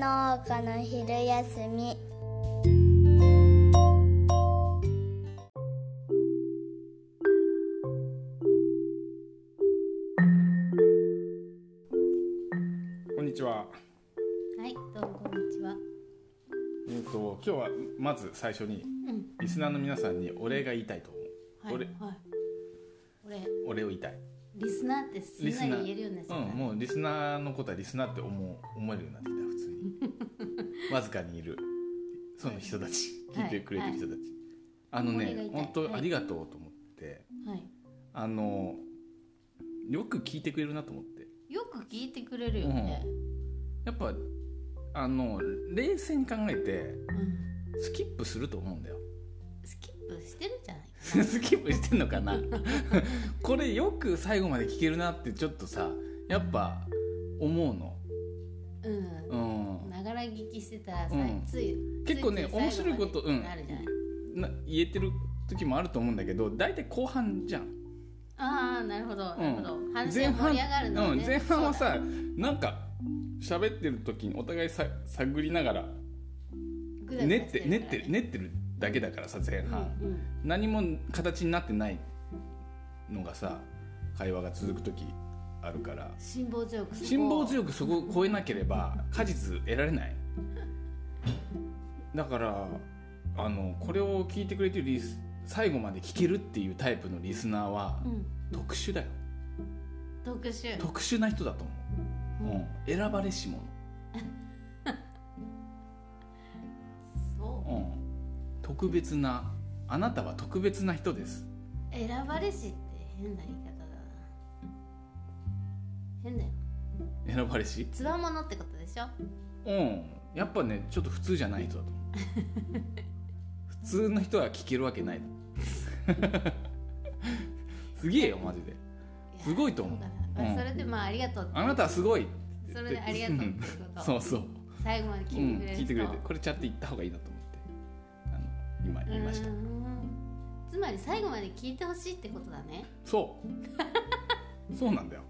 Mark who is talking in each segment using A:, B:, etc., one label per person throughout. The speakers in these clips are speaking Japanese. A: 農家の昼休み
B: こんにちは。
C: はい、どうもこんにちは。
B: えっ、と今日はまず最初に
C: うん、
B: リスナーの皆さんにお礼が言いたいと思う。
C: はい、
B: 俺
C: はい。俺、
B: お礼を言いたい。
C: リスナーってすんなり言えるようになっち
B: う
C: ゃ
B: ん
C: った。、
B: もうリスナーのことはリスナーって思う思えるようになってきた普通 に。わずかにいるその人たち、
C: はい
B: 聞いてくれてる人たち。あの
C: お礼が言
B: ね
C: い、たい
B: 本当ありがとうと思って、
C: はい。
B: あのよく聞いてくれるなと思って。
C: よく聞いてくれるよね。
B: やっぱあの冷静に考えて
C: うん。
B: スキップすると思うんだよ。
C: スキップしてるんじゃないか な。
B: スキップしてんのかな これよく最後まで聞けるなってちょっとさやっぱ思うの、
C: う
B: うん
C: ん。ながら聞きしてたらさ、
B: うん
C: つい
B: 結構ね
C: ついつい
B: 面白いこと
C: 最
B: う
C: 後まで
B: ん
C: なるじゃない。
B: な言えてる時もあると思うんだけど大体後半じゃん、
C: ああ、なるほど、
B: う
C: なるほど。
B: ん、
C: 話が盛り上がるの
B: う
C: ね。
B: ん、前半は
C: そう
B: さなんか喋ってる時にお互いさ探りながら
C: だ、ぐだぐ
B: 練
C: だ
B: って
C: し
B: 練
C: る
B: っ
C: から
B: て
C: ね
B: 練ってるだけだからさ前半、
C: うんうん
B: 何も形になってないのがさ会話が続く時あるから
C: 辛抱強く。
B: 辛抱強くそこを超えなければ果実得られないだからあのこれを聞いてくれてるリス最後まで聞けるっていうタイプのリスナーは
C: うん。
B: 特殊だよ
C: 特殊。
B: 特殊な人だと思う、うん、選ばれし
C: そう。
B: 者、うん、特別なあなたは特別な人です
C: 選ばれしって変な言い方だな変だよ
B: 選ばれし
C: つわものってことでしょ
B: うんやっぱねちょっと普通じゃない人だと思う普通の人は聞けるわけない すげえよマジですすごいと思ううん
C: それでまあありがとうって
B: あなたはすごい
C: それでありがとうってこと
B: そうそう、
C: 最後まで
B: う
C: 聞い
B: ん
C: てくれる人、
B: 聞いてくれてこれちゃんと言った方がいいなと思ってあの今言いました
C: うーんつまり最後まで聞いてほしいってことだね
B: そうそう なんだよ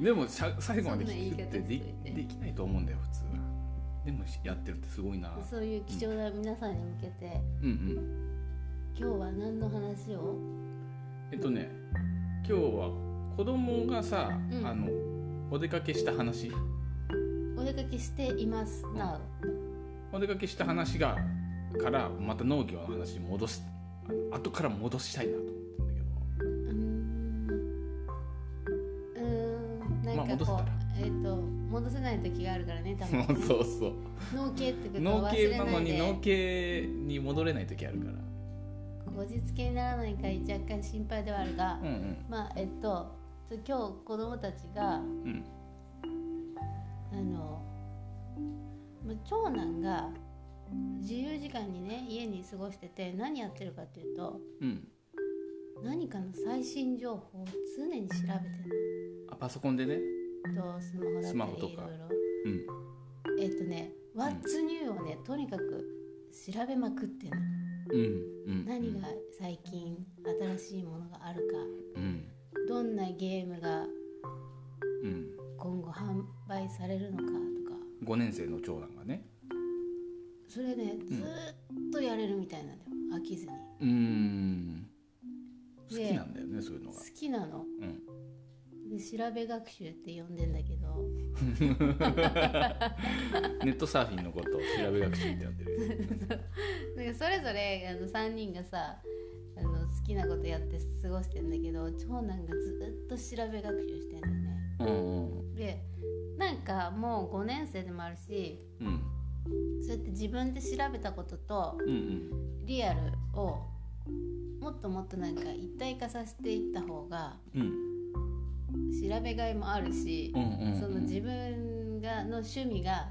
B: でもしゃ最後まで聞くっ
C: そ
B: て
C: んな言
B: で
C: い方しといて
B: できないと思うんだよ普通はでもやってるってすごいな
C: そういう貴重な皆さんに向けて、
B: うんうん
C: 今日は何の話を
B: えっとね今日は子供がさ、
C: うん
B: あのお出かけした話
C: お出かけしていますな
B: お出かけした話がからまた農業の話に戻すあ後から戻したいなと思ったんだけど
C: うーんうーんなんかこう、
B: まあ戻せたら
C: えっ、と戻せない時があるからね多分
B: そうそう
C: 農系ってことを
B: 農
C: 忘
B: 系
C: れ
B: な
C: な
B: の
C: い
B: に
C: で
B: 農系に戻れない時あるから
C: 口実系にならないかい若干心配ではあるが、
B: うんうん
C: まあえっとちょ今日子供たちが
B: うん
C: あのまあ長男が自由時間にね家に過ごしてて何やってるかっていうと
B: うん
C: 何かの最新情報を常に調べてる
B: あパソコンでね
C: とスマホだ
B: スマ
C: っ
B: ホ
C: た
B: と
C: りい
B: か
C: ろいろ
B: うん
C: えっとね「What's New」をねとにかく調べまくってんの
B: うんうん
C: 何が最近新しいものがあるか
B: うん
C: どんなゲームが
B: うん
C: 今後販売されるのかとか
B: 5年生の長男がね
C: それねずーっとやれるみたいなんだよ飽きずに
B: うーん好
C: ね
B: きなんだよねそういうの
C: 好
B: が
C: きな
B: う
C: の
B: ん
C: で調べ学習って呼んでんだけど
B: ネットサーフィンのことを調べ学習ってやってる。
C: なんかそれぞれあの3人がさあの好きなことやって過ごしてんだけど長男がずーっと調べ学習してんだよね
B: うんうん
C: でなんかもう5年生でもあるし
B: うん
C: そうやって自分で調べたことと
B: うんうん
C: リアルをもっともっとなんか一体化させていった方が
B: うん
C: 調べがいもあるし
B: う、んうん。
C: その自分がの趣味が、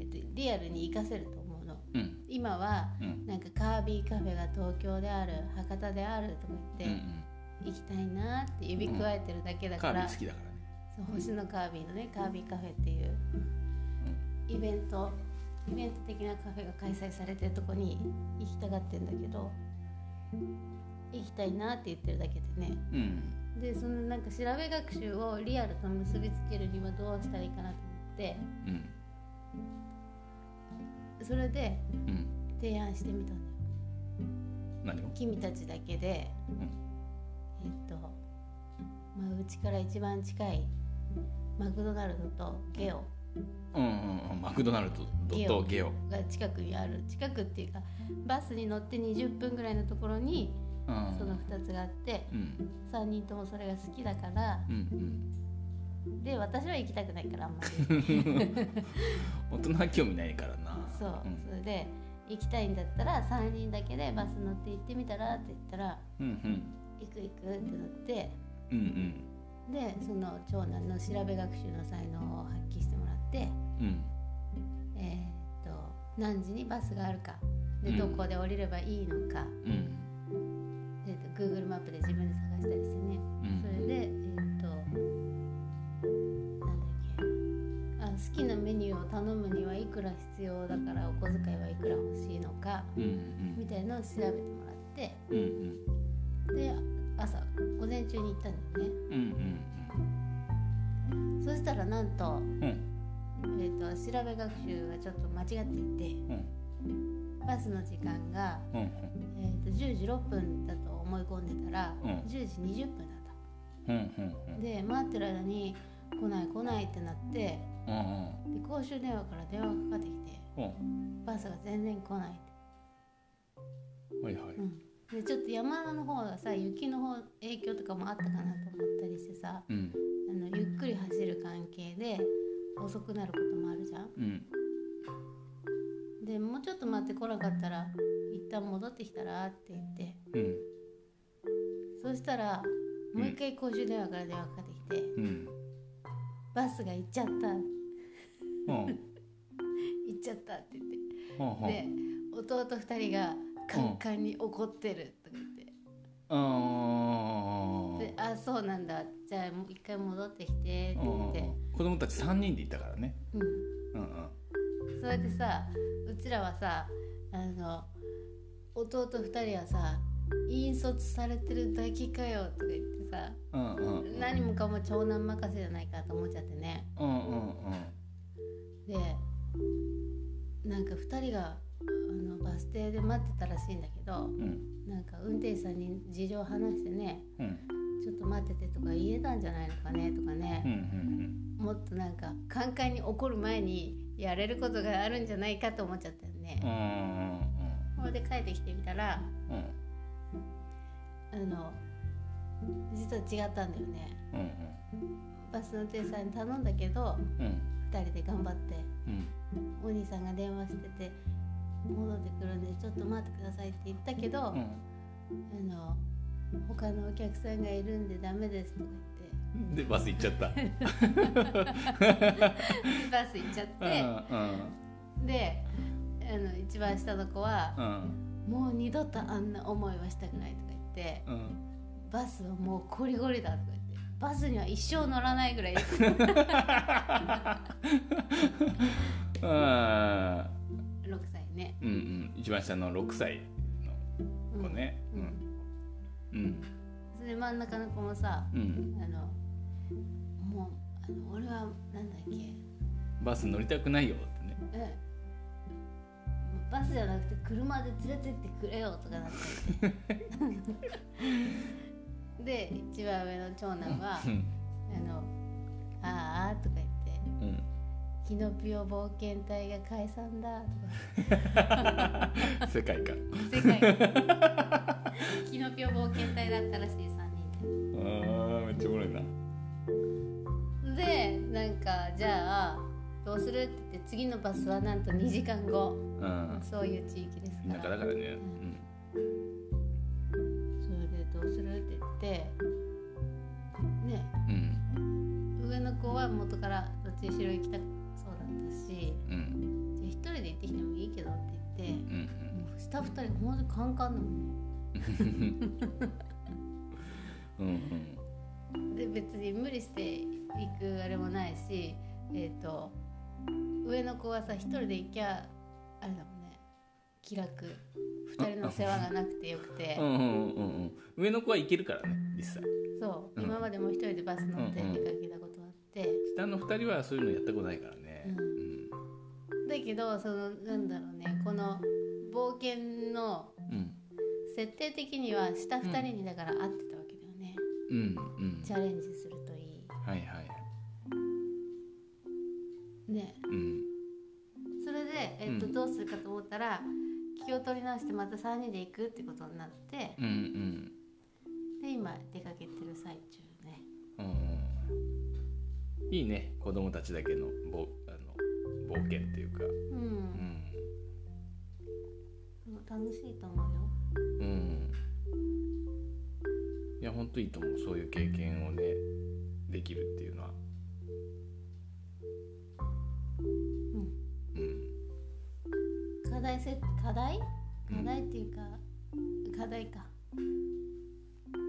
C: えっと、リアルに活かせると思うの
B: うん
C: 今は
B: うん
C: なんかカービィカフェが東京である博多であるとか
B: う
C: 言って、
B: ん
C: 行きたいなって指くわえてるだけ
B: う
C: だ
B: ん。カ
C: か
B: ービ
C: ら、
B: ィ好きだからね。
C: そう星のカービィのねカービィカフェっていうイベントイベント的なカフェが開催されてるとこに行きたがってんだけど行きたいなって言ってるだけでね
B: うん
C: でそのなんか調べ学習をリアルと結びつけるにはどうしたらいいかなと思って
B: うん
C: それで
B: うん
C: 提案してみたんだよ
B: 何を
C: 君たちだけで、
B: ん
C: えっとまあうちから一番近いマクドナルドとゲオ
B: うんうんうんマクドナルドとゲオ
C: が近くにある近くっていうかバスに乗って20分ぐらいのところに
B: うん
C: その2つがあって
B: うん
C: 3人ともそれが好きだから
B: うんうん
C: で私は行きたくないからあんま り
B: 大人は興味ないからな
C: そう
B: うん
C: それで行きたいんだったら3人だけでバス乗って行ってみたらって言ったら
B: うん
C: 行く行くってなって
B: うんうん
C: でその長男の調べ学習の才能を発揮してもらって
B: うんうん
C: えーっと何時にバスがあるかで
B: うん
C: どこで降りればいいのか、
B: うん
C: えーっと Google マップで自分で探したりしてね
B: うん
C: それでえーっとなんだっけあ好きなメニューを頼むにはいくら必要だからお小遣いはいくら欲しいのか
B: うん
C: みたいなのを調べてもらって
B: うんうん
C: で朝午前中に行ったんだよね
B: うんうん
C: そしたらなんと,、
B: うんうん
C: えー、と調べ学習がちょっと間違っていて
B: うん
C: バスの時間が、
B: うん
C: えー、と10時6分だと思い込んでたら、
B: うん
C: 10時20分だ
B: うんうんうん
C: とで待ってる間に来ない来ないってなってで
B: うん
C: 公衆電話から電話がかかってきて
B: うん
C: バスが全然来ないって、
B: うんはいはい
C: うん、でちょっと山の方がさ雪の方影響とかもあったかなと思ったりしてさ
B: うん
C: あのゆっくり走る関係で遅くなることもあるじゃん
B: うん
C: でもうちょっと待ってこなかったら一旦戻ってきたらって言って
B: うん
C: そしたらもう一回公衆電話から電話かかってきて、
B: うん
C: バスが行っちゃった行
B: うん
C: っちゃったって言って
B: うん
C: で弟二人がカンカンに怒ってるとか言って、
B: うん
C: であそうなんだじゃあもう一回戻ってきてって言って、
B: 子供たち3人で行ったからね
C: うん
B: うんうん
C: そうやってさうちらはさあの弟二人はさ引率されてるだけかよとか言ってさ
B: うんうん
C: 何もかも長男任せじゃないかと思っちゃってね
B: うんうん
C: でなんか2人があのバス停で待ってたらしいんだけど
B: うんうん
C: なんか運転手さんに事情話してね
B: うん
C: ちょっと待っててとか言えたんじゃないのかねとか
B: う
C: ね、
B: ん
C: もっとなんか簡単に怒る前にやれることがあるんじゃないかと思っちゃったよ
B: うんうんう
C: ね。
B: ん
C: それで帰ってきてみたら
B: うん
C: あの実は違ったんだよね。
B: うん
C: バスの運転手さんに頼んだけど
B: うんうん
C: 2人で頑張って
B: うん
C: お兄さんが電話してて戻ってくるんでちょっと待ってくださいって言ったけど、あの他のお客さんがいるんでダメですとか
B: うんでバス行っちゃった
C: 言ってバス行っちゃっ
B: う
C: て
B: ん
C: であの一番下の子は
B: うんうん
C: 「もう二度とあんな思いはしたくない」とか言って
B: うん
C: 「バスはもうゴリゴリだ」とか言って「バスには一生乗らないぐらい」
B: うん
C: 6歳ね。
B: うんうん一番下の6歳
C: うん
B: の子ね
C: うん
B: うん
C: それで真ん中の子もさ
B: うん、うん、
C: あのもうあの俺はなんだっけ
B: バス乗りたくないよってね
C: うんもうバスじゃなくて車で連れてってくれよとかなってで一番上の長男は
B: うん
C: 「あのあーあ」とか言って
B: うん
C: 「キノピオ冒険隊が解散だ」とか
B: 世界観
C: 世界 キノピオ冒険隊だったらしい3人
B: あーめっちゃおもろいな
C: ででなんかじゃあどうするって言って次のバスはなんと2時間後
B: うん
C: そういう地域です
B: 田
C: から
B: 舎だからね
C: それでどうするって言ってね
B: うんうん
C: 上の子は元からどっちにしろ行きたそうだったし
B: うん
C: じゃあ一人で行ってきてもいいけどって言って
B: うん
C: もう下二人ほんとにカンカンだもん
B: うんうん
C: ねで別に無理して行くあれもないしえっ、と上の子はさ一人で行きゃあれだもんね気楽二人の世話がなくてよくて
B: うんうんうんうん上の子は行けるからね実際
C: そう
B: うん
C: 今までも一人でバス乗って
B: うんうん
C: 出かけたことあって。
B: 下の二人はそういうのやったことないからね
C: う
B: うんん
C: だけどそのなんだろうねこの冒険の
B: うん
C: 設定的には下2人にだから会ってたわけだよね、
B: うんうん
C: チャレンジするとい
B: はいはい
C: いね
B: うん
C: それで、えっと
B: うん
C: どうするかと思ったら気を取り直してまた3人で行くってことになって
B: うんうん
C: で今出かけてる最中ね
B: うんいいね子供たちだけのぼあの冒険っていうか
C: う、
B: うんん
C: 楽しいと思うよ
B: うんいや本当いいと思うそういう経験をねできるっていうのは
C: うん
B: うん
C: 課題せ課題
B: うん
C: 課題っていうか、課題か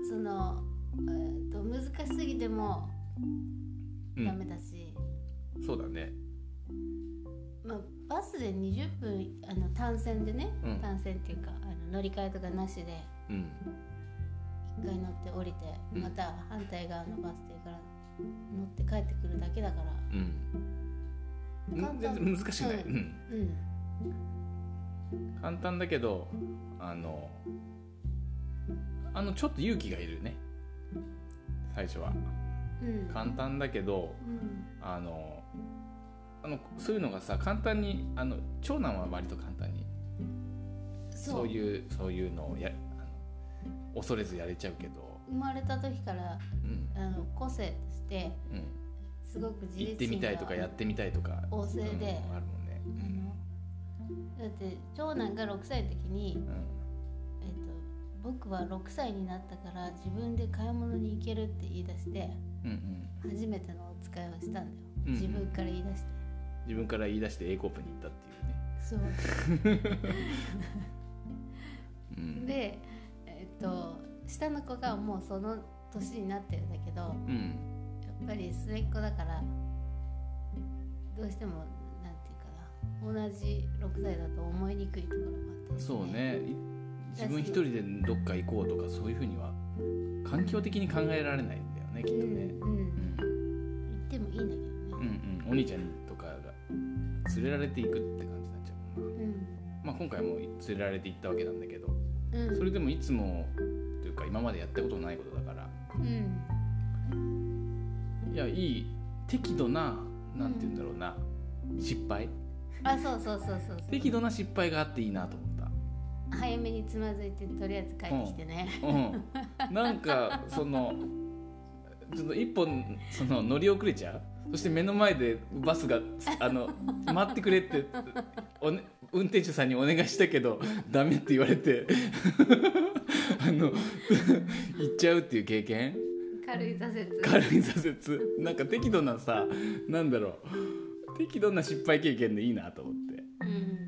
C: その、えー、と難しすぎても
B: うん
C: ダメだし、
B: そうだね
C: まあ、バスで20分あの単線でね、
B: うん
C: 単線っていうかあの乗り換えとかなしで
B: うん
C: 1回乗って降りて、
B: うん
C: また反対側のバス停から乗って帰ってくるだけだから
B: うん
C: 簡単
B: ん全然難しいね、
C: う
B: うん
C: うん
B: 簡単だけどあのあのちょっと勇気がいるね最初は
C: うん
B: 簡単だけど
C: うん
B: あのあのそういうのがさ簡単にあの長男は割と簡単に
C: そう
B: そういうそういうのをやあの恐れずやれちゃうけど、
C: 生まれた時から
B: うん
C: あの個性として
B: うん、
C: すごく自
B: 行っ
C: 立
B: てみ
C: 心が
B: たいとかやってみたいとか
C: 旺盛
B: うん
C: で
B: あるもんね。
C: あのだって長男が6歳の時に、
B: うん
C: えっと僕は6歳になったから自分で買い物に行けるって言い出して
B: うん
C: 初めてのお使いをしたんだよ、
B: うん
C: 自分から言い出して
B: うん、自分から言い出して A コープに行ったっていうね。
C: そう
B: うん、
C: でえっと下の子がもうその年になってるんだけど
B: うん
C: やっぱり末っ子だからどうしてもなんていうかな同じ6歳だと思いにくいところもあったりして
B: そうねい自分一人でどっか行こうとかそういうふうには環境的に考えられないんだよねきっとね。
C: うんう
B: うんん
C: 言ってもいいん
B: う
C: だけどね、
B: んうん、お兄ちゃんとかが連れられていくって感じになっちゃうもんな、
C: う
B: まあ、今回も連れられていったわけなんだけど
C: んうん、
B: それでもいつもというか今までやったことないことだから
C: うん
B: いやいい適度ななんて言うんだろうな、失敗
C: あそうそうそうそうそう
B: 適度な失敗があっていいなと思っ
C: 早めにつまずいてとりあえず帰ってきてね、
B: た、うん、なんかそのちょっと一歩その乗り遅れちゃうそして目の前でバスがあの待ってくれってお、ね、運転手さんにお願いしたけどダメって言われてあの行っちゃうっていう経験
C: 軽い挫折
B: 軽い挫折なんか適度なさなんだろう適度な失敗経験でいいなと思って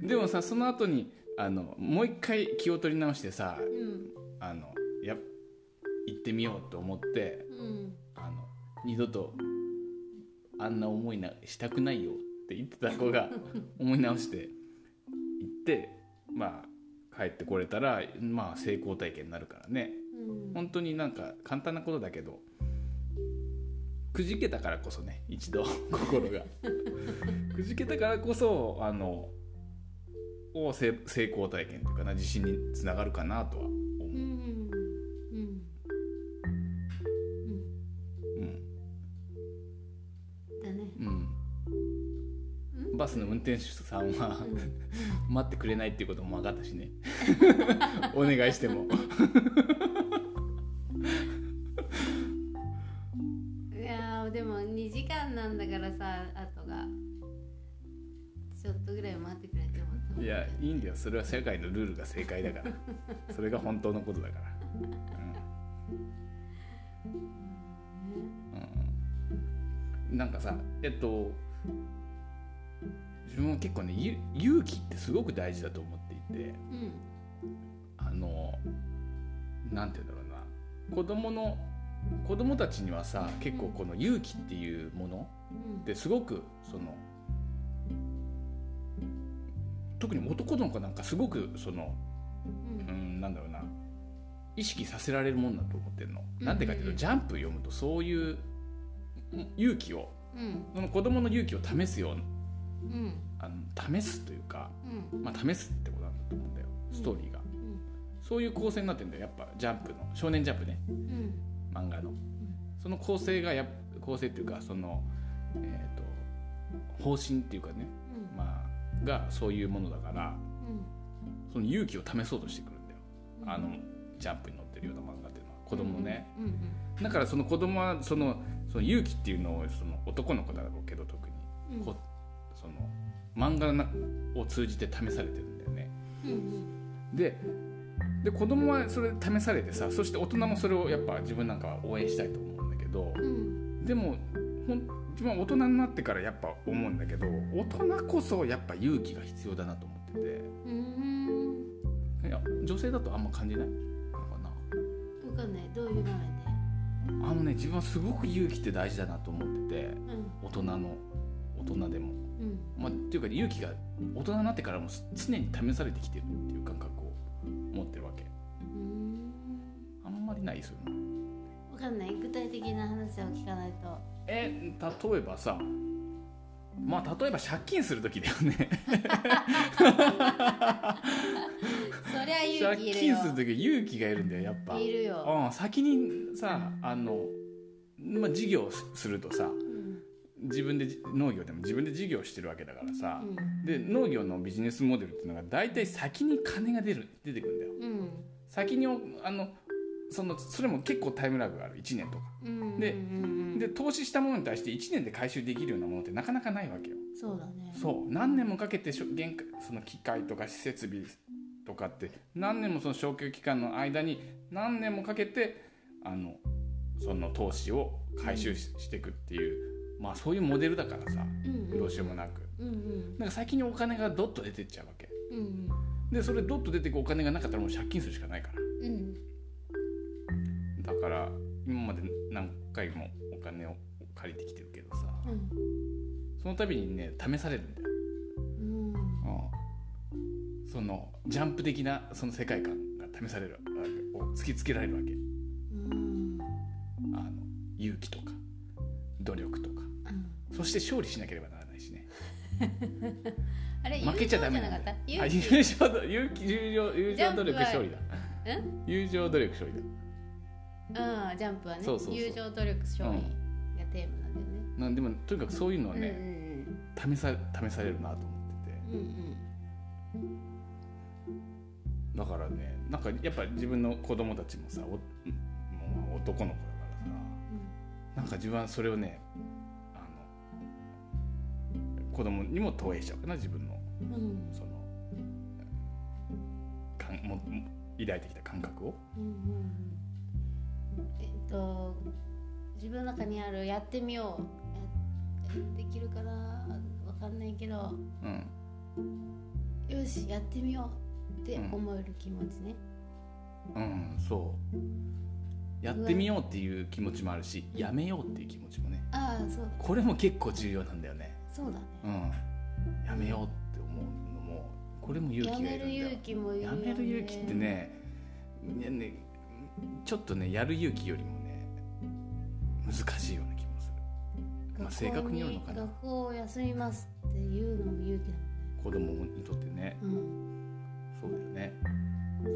C: うん
B: でもさその後にあのもう一回気を取り直してさ
C: うん
B: あのやっ行ってみようと思って
C: うん
B: あの二度とあんな思いなしたくないよって言ってた子が思い直して行ってまあ帰ってこれたらまあ成功体験になるからね
C: うん
B: 本当になんか簡単なことだけどくじけたからこそね一度 心がくじけたからこそあのを成成功体験というかな自信につながるかなとは思う、
C: うんうん
B: う
C: うん
B: ん
C: だね
B: うん、バスの運転手さんは
C: うん
B: 待ってくれないっていうことも分かったし ねお願いしても
C: いやーでも2時間なんだからさあとがちょっとぐらい待ってくれてもと思う
B: いやいいんだよそれは社会のルールが正解だからそれが本当のことだから、うんうん、なんかさえっと自分は結構ねゆ勇気ってすごく大事だと思っていて
C: うん
B: あのなんて言うんだろうな子供の子供たちにはさ結構この勇気っていうもの
C: うん
B: ですごくその特に男の子なんかすごくその
C: うん
B: うんなんだろうな意識させられるもんだと思ってるの。
C: うん
B: なんでかっていう
C: うん
B: とジャンプ読むとそういううん勇気を
C: うん
B: その子供の勇気を試すような
C: うん
B: あの試すというか、
C: うん
B: まあ、試すってことなんだと思うんだよストーリーが、
C: うん
B: そういう構成になってんだよやっぱジャンプの「少年ジャンプね」
C: うん
B: 漫画のその構成がやっ構成っていうかそのえっ、と方針っていうかね
C: うん
B: まあがそういうものだからその勇気を試そうとしてくるんだよ
C: うん
B: あのジャンプに載ってるような漫画っていうのは子供のね、
C: うんうん
B: だからその子供はそのその勇気っていうのをその男の子だろうけど特に
C: うんうん
B: こその漫画の中を通じて試されてるんだよね。
C: うん
B: でで子供はそれ試されてさそして大人もそれをやっぱ自分なんかは応援したいと思うんだけど
C: うんうん
B: でもほん自分は大人になってからやっぱ思うんだけど大人こそやっぱ勇気が必要だなと思って
C: うん
B: ていや女性だとあんま感じないのかな
C: わかんないどういう場面で
B: あのね自分はすごく勇気って大事だなと思ってて
C: うん
B: 大人の大人でも。
C: うん
B: まあ、っていうか勇気が大人になってからも常に試されてきてるっていう感覚を持ってるわけ
C: うん
B: あんまりないですよね
C: わかんない具体的な話を聞かないと
B: え例えばさまあ例えば借金する時だよね
C: そりゃ勇
B: 借
C: 気いるよ
B: 金する時勇気がいるんだよやっぱ
C: いるよ、
B: うん、先にさあの、まあ、事業をするとさ
C: うん
B: 自分で農業でも自分で事業してるわけだからさ
C: う、ん
B: で農業のビジネスモデルっていうのが大体先に金が出る出てくるんだよ
C: うん
B: 先におあのそのそれも結構タイムラグがある1年とか
C: うん
B: で
C: うんうん
B: で投資したものに対して1年で回収できるようなものってなかなかないわけよ
C: そうだね
B: そう何年もかけてしょ原価その機械とか設備とかって何年もその消去期間の間に何年もかけてあのその投資を回収ししていくっていうまあそういうモデルだからさ
C: うんうん
B: どうしようもなく
C: うんうん
B: なんか先にお金がドッと出てっちゃうわけ
C: うん
B: でそれドッと出てくお金がなかったらもう借金するしかないから
C: うん
B: だから今まで何回もお金を借りてきてるけどさ
C: うん
B: その度にね試されるんだよ、
C: うん
B: そのジャンプ的なその世界観が試されるあを突きつけられるわけ
C: うん
B: あの勇気とか努力とか
C: うん
B: そして勝利しなければならないしね
C: あれ
B: 負けちゃダメ
C: 友情
B: な
C: じゃ
B: ん
C: な
B: だ
C: かった
B: よあ
C: 勇
B: 友情努勇気
C: 気
B: 友情友
C: ジャン
B: 情
C: プ
B: 努力
C: は
B: 勝利だ
C: ん
B: 友情努力勝利だ
C: うんジャンプはね
B: そうそうそう
C: 友情努力勝利がテーマなんだよね
B: なんでもとにかくそういうのは
C: うん
B: ね、試さ試されるなと思ってて
C: うんうん
B: だからねなんかやっぱ自分の子供たちもさおもう男の子だからさなんか自分はそれをねあの子供にも投影しちゃうかな自分の
C: うんうん
B: そのかんもも抱いてきた感覚を
C: うんうんえっと自分の中にあるやってみようやできるかなわかんないけど
B: うん
C: よしやってみようって思える気持ちね、
B: うんそうやってみようっていう気持ちもあるしやめようっていう気持ちもね
C: ああそうだ
B: これも結構重要なんだよね
C: そうだね
B: うんやめようって思うのもこれも勇
C: や
B: 気がい
C: め
B: るん
C: る
B: だよ
C: 勇気もいる
B: や
C: よ、ね、
B: める勇気ってねねねちょっとねやる勇気よりもね難しいような気もするまあ性格によるのかな
C: 学校を休みますっていうのも勇気だ
B: 子供にとってね
C: もんね
B: そうだよね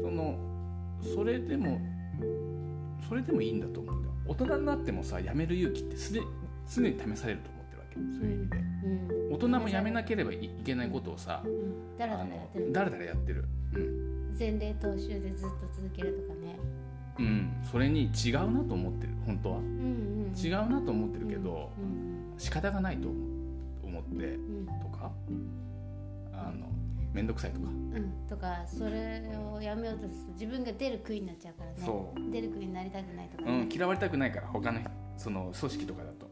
B: そのそれでもそれでもいいんだと思うんだよ大人になってもさやめる勇気ってすで常に試されると思ってるわけそういう意味で
C: うんうん
B: 大人もやめなければいいけないことをさ
C: うんだ
B: あ
C: らだらや
B: の
C: ってる
B: だらだらやってるうん、
C: 前例踏襲でずっと続けるとかね
B: うん、それに違うなと思ってる本当は
C: うんうん
B: 違うなと思ってるけど、
C: うん
B: 仕方がないと思思って
C: うん
B: とかあの面倒くさいとか、
C: うん、うん、とかそれをやめようとすると自分が出る杭になっちゃうからね
B: そう
C: 出る杭になりたくないとか
B: う
C: ね
B: ん、嫌われたくないから他のその組織とかだと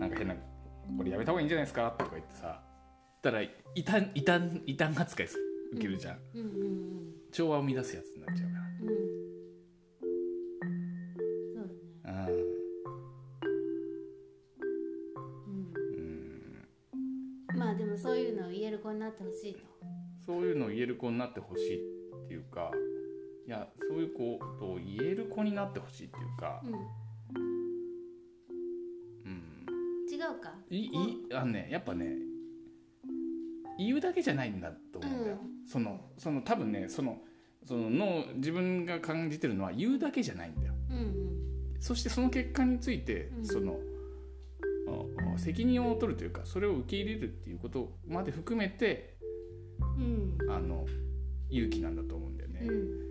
B: なんか変な「これやめた方がいいんじゃないですか?」とか言ってさたら異端異端異端扱いする受けるじゃん、
C: うんうん
B: 調和を乱すやつになっちゃうか
C: うんうんそうだね
B: らうん
C: うん
B: うん
C: まあでもそういうのを言える子になってほしいと
B: そういうのを言える子になってほしいっていうかいやそういうことを言える子になってほしいっていうか
C: うん
B: うん
C: 違うか
B: いい
C: こう
B: あのねやっぱね言うだけじゃないんだと思うんだよ、そのその多分ねそのそのの自分が感じてるのは言うだけじゃないんだよ
C: うんうん
B: そしてその結果について、
C: うん
B: そのああ責任を取るというかそれを受け入れるっていうことまで含めて
C: うん
B: あの勇気なんだと思うんだよね。
C: うんうん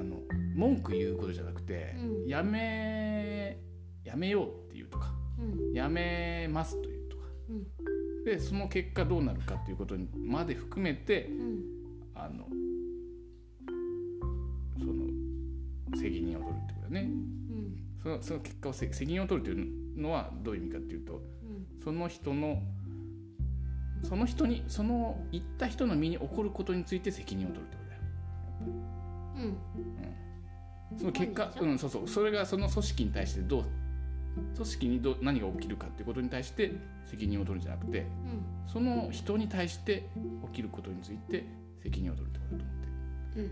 B: あの文句言うことじゃなくて、
C: うん
B: やめやめようっていうとか
C: うん
B: やめますというとか
C: うん
B: でその結果どうなるかっていうことにまで含めて
C: うん
B: あのその責任を取るってことだね。
C: うん
B: そのその結果をせ責任を取るというのはどういう意味かっていうとその人のその人にその行った人の身に起こることについて責任を取るってことだよ。
C: うん
B: その結果
C: そうでし
B: う
C: ょ
B: んそうそうそれがその組織に対してどう組織にどう何が起きるかっていうことに対して責任を取るんじゃなくて
C: うん
B: その人に対して起きることについて責任を取るってことだと思ってる。
C: うん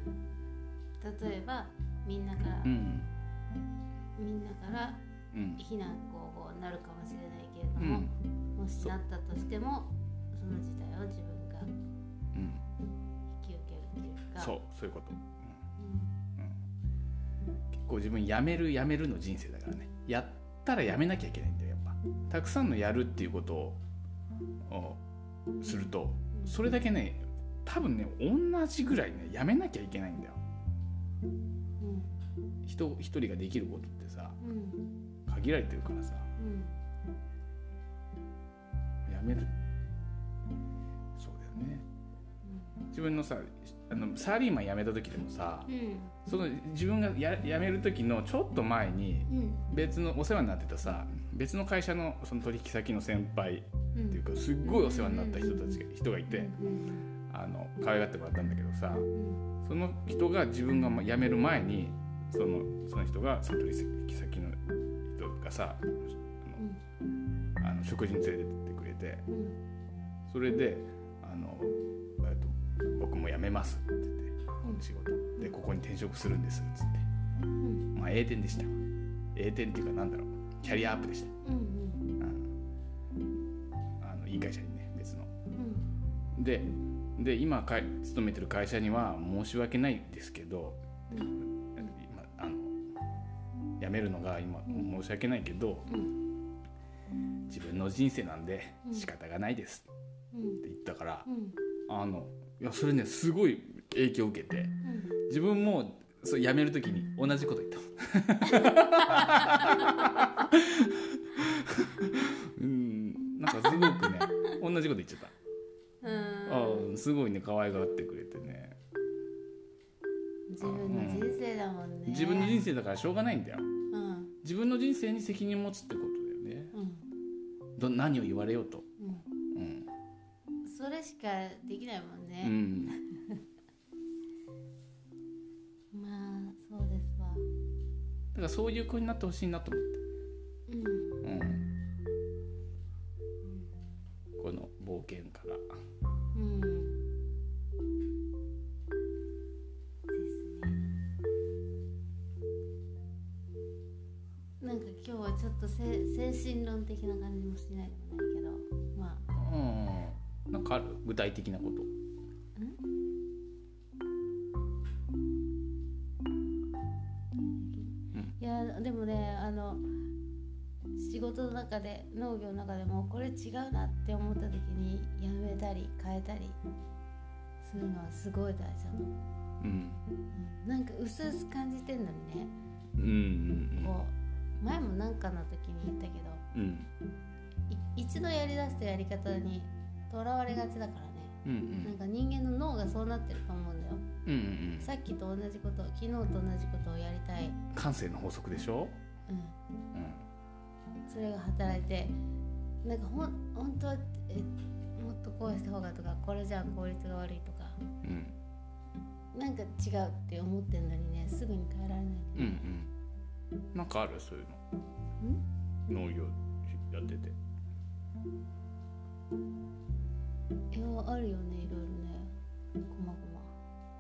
C: 例えばみんなから、
B: うん
C: みんなから
B: うん
C: 非難合合になるかもしれないけれど
B: う
C: も
B: ん、
C: もしなったとしてもその事態を自分が
B: うん、
C: 引き受けるっていうか
B: そうそういうこと、
C: うん
B: うん、結構自分やめるやめるの人生だからねやったらやめなきゃいけないんだよやっぱたくさんのやるっていうことをおするとそれだけね多分ね同じぐらいねやめなきゃいけないんだよ
C: うん
B: 人一人ができることってさ
C: うん
B: 限られてるからさ
C: うん
B: やめるそうだよね自分のさあのサラリーマン辞めた時でもさ
C: うん
B: その自分がや辞める時のちょっと前に
C: うん
B: 別のお世話になってたさ別の会社のその取引先の先輩
C: うん
B: っていうかすっごいお世話になった人たちが人がいて
C: うん
B: あの可愛がってもらったんだけどさ
C: うん
B: その人が自分がま辞める前にそのその人がその取引先の人がさあのあの食事に連れてってくれて
C: うん
B: それであの、えっと「僕も辞めます」って言ってこの仕事でここに転職するんですっつって
C: うん
B: まあ A 点でしたわ A 点っていうかなんだろうキャリアアップでした
C: うん
B: うんあのいい会社にね別の
C: うん
B: でで今かい勤めてる会社には申し訳ないですけど
C: うんうん
B: 今あの辞めるのが今申し訳ないけど
C: うん
B: 自分の人生なんで
C: うん
B: 仕方がないです
C: うん
B: って言ったから
C: うん
B: あのいやそれねすごい影響を受けて
C: うん
B: 自分もそう辞める時に同じこと言ったもんうんなんかすごくね同じこと言っちゃったあ
C: うん
B: ーすごいね可愛がってくれてね
C: 自分の人生だもんね。
B: 自分の人生だからしょうがないんだよ
C: うん
B: 自分の人生に責任を持つってことだよね
C: うん
B: ど何を言われようと
C: う
B: うん、
C: ん。それしかできないもん
B: う
C: ね。
B: ん、
C: まあそうですわ。
B: だからそういう子になってほしいなと思
C: う
B: っ
C: ん
B: て、うん、この冒険から
C: うん。ですね。なんか今日はちょっとせ精神論的な感じもしないでもないけど、まあ
B: うんなんかある具体的なこと
C: いやでもねあの仕事の中で農業の中でもこれ違うなって思った時にやめたり変えたりするのはすごい大事だと思う
B: うん
C: うんなんか薄々感じてんのにね
B: うん
C: こう前もなんかの時に言ったけど
B: うんうん
C: い一度やりだしたやり方にとらわれがちだからね
B: うんう
C: なん
B: ん
C: か人間の脳がそうなってると思うんだよ
B: うんうん
C: さっきと同じこと昨日と同じことをやりたい、
B: 感性の法則でしょ、
C: うん、
B: うん
C: それが働いてなんかほん本当はえもっとこうした方がとかこれじゃあ効率が悪いとか
B: うん、
C: なんか違うって思ってんのにねすぐに変えられない
B: うんうんなんかあるそういうの農業やってて
C: いやあるよねいろいろねこま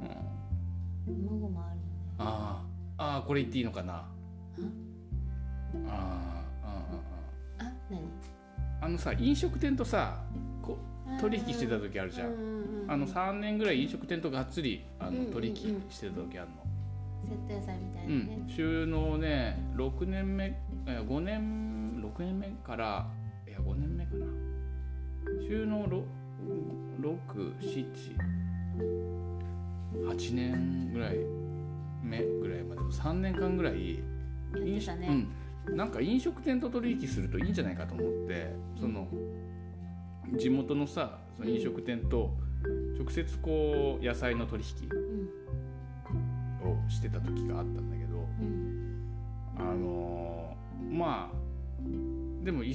B: うん
C: ごまこまごまあるよね
B: あーあーこれ言っていいのかなあーあーあ
C: あ何
B: ーあのさ飲食店とさこ取引してた時あるじゃん、
C: うんうんうん
B: あの3年ぐらい飲食店とがっつりあ
C: うんうん
B: の
C: うん
B: 取引してた時あるの、
C: 設定祭みたいな
B: う
C: ね
B: ん、収納ね6年目えー5年6年目からいや5年目かな収納678年ぐらい目ぐらいまで3年間ぐらい
C: やってたね、
B: 飲食うん、なんか飲食店と取引するといいんじゃないかと思ってその地元のさその飲食店と直接こう野菜の取引をしてた時があったんだけど。
C: うんうん
B: あのーまあでもい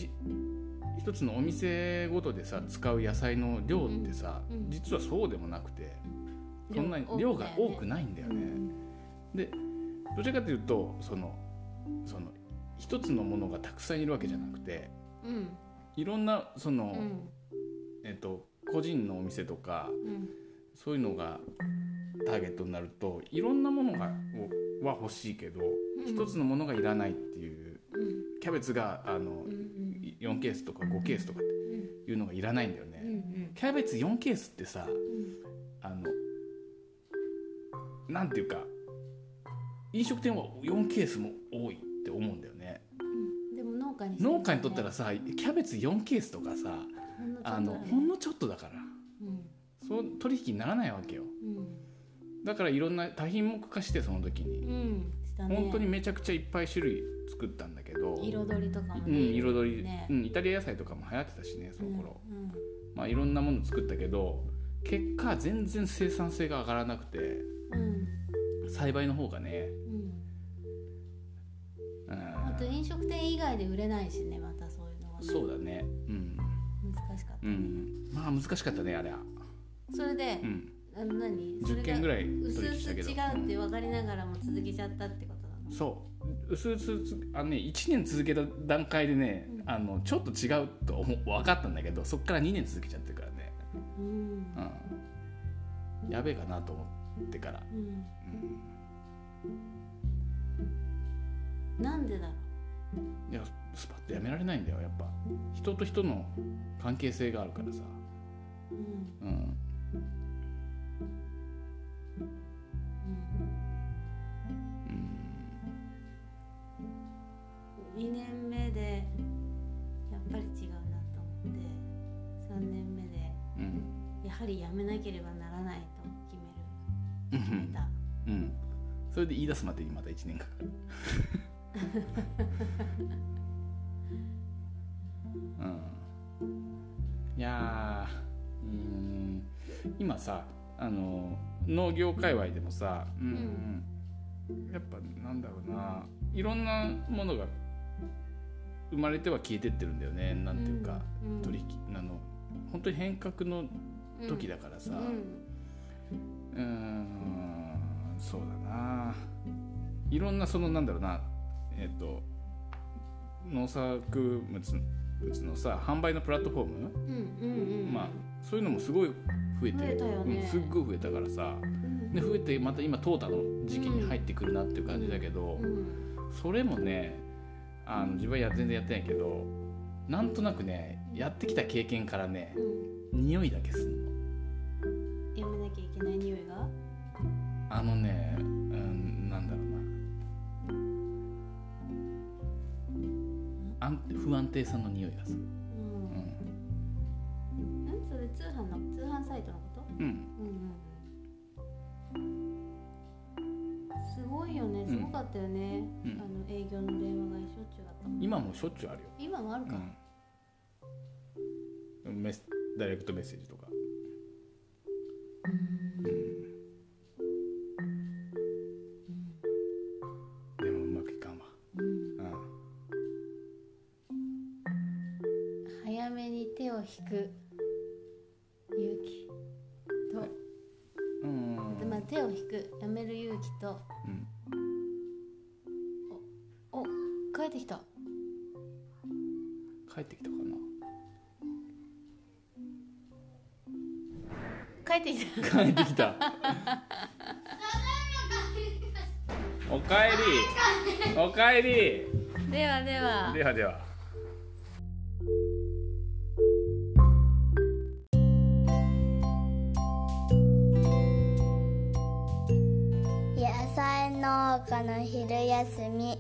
B: 一つのお店ごとでさ使う野菜の量ってさ、
C: うんうん
B: 実はそうでもなくてそんなに
C: 多く
B: 量が多
C: だよ
B: く
C: ね
B: ないんだよ
C: う
B: ね。
C: ん
B: でどちらかというとそのその一つのものがたくさんいるわけじゃなくて
C: うん
B: いろんなその、
C: うん
B: えっと、個人のお店とか
C: うん
B: そういうのがターゲットになるといろんなものがをは欲しいけど
C: ん
B: 一つのものがいらないっていう
C: うん
B: キャベツがあの
C: うんうん
B: 4ケースとか5ケースとかっ
C: うん
B: ていうのがいらないんだよ
C: うんう
B: ね。
C: ん
B: キャベツ4ケースってさ
C: うん
B: あのなんていうか飲食店は4ケースも多いって思うんだよね。
C: うんでも農家にしてみ
B: 農家にとったら
C: ね
B: さキャベツ4ケースとかさ
C: ほんのち
B: あ
C: ょっと
B: の
C: だね
B: ほんのちょっとだから
C: うん
B: そう取引にならないわけよ。
C: うん
B: だからいろんな多品目化してその時に
C: うんしたね
B: 本当にめちゃくちゃいっぱい種類作ったんだけど。
C: 彩りとかも
B: う
C: ね
B: ん、彩り、
C: ね
B: うん、イタリア野菜とかも流行ってたしねその頃、
C: うんうん
B: まあ、いろんなもの作ったけど結果全然生産性が上がらなくて
C: うん
B: 栽培の方がね、
C: うん
B: うん、
C: あと飲食店以外で売れないしねまたそういうのが
B: そうだねうん、
C: 難しかっ
B: うん、まあ難しかったねあれは、
C: たそれで
B: うん、
C: あの何それ
B: 10
C: が
B: 件ぐらい取
C: 薄々
B: 引した
C: 違
B: け
C: う
B: ど
C: って分かりながらも続けちゃったってことな
B: う
C: の
B: んそううすうすあの、ね、1年続けた段階でね、
C: うん
B: あのちょっと違うと思う分かったんだけどそっから2年続けちゃってるからね、
C: うん
B: うん、やべえかなと思ってから、
C: うん
B: うん
C: なんでだろ
B: いやスパッとやめられないんだよやっぱ人と人の関係性があるからさ
C: ううん
B: うんうん
C: うん2年目でやっぱり違うなと思って3年目で
B: うん
C: やはりやめなければならないと決める
B: う
C: 決め
B: ん
C: た
B: うんそれで言い出すまでにまた1年かかるうんいやーうん今さあの農業界隈でもさ、うんやっぱなんだろうないろんなものが生まれては消えてってるんだよねなんていうか、
C: うんうん
B: 取引あの本当に変革の時だからさ、
C: うん
B: うーんそうだないろんなそのなんだろうなえっ、と農作物物のさ販売のプラットフォーム、
C: うんうんうん
B: まあそういうのもすごい増えて
C: 増えたよね
B: うん、すっごい増えたからさ
C: うん
B: で増えてまた今淘汰の時期に入ってくるなっていう感じだけど、
C: うん
B: それもねあの自分はや全然やってないけどなんとなくねやってきた経験からね
C: う
B: 匂いだけすんの。
C: んやめなきゃいけない匂いが
B: あのね、うん、なんだろうな。安不安定さの匂いがする。
C: うんんそれ通販の通販サイトのこと
B: うん。うん。
C: うんうんすごいよねすごかったよね、
B: うん
C: あの営業の電話がしょっちゅうあったもん
B: 今もしょっちゅうあるよ。
C: 今もあるか、
B: うん。メスダイレクトメッセージとか。うん。でもうまくいかんわ。
C: うん
B: うん。
C: 早めに手を引く勇気と
B: うん。
C: でまあ、手を引くやめる勇気と
B: うん。
C: お帰ってきた
B: 帰ってきたかな。
C: 帰ってきた
B: 帰ってきた。おかえり。おかえり。
C: ではでは
B: ではでは。
A: 農家の昼休み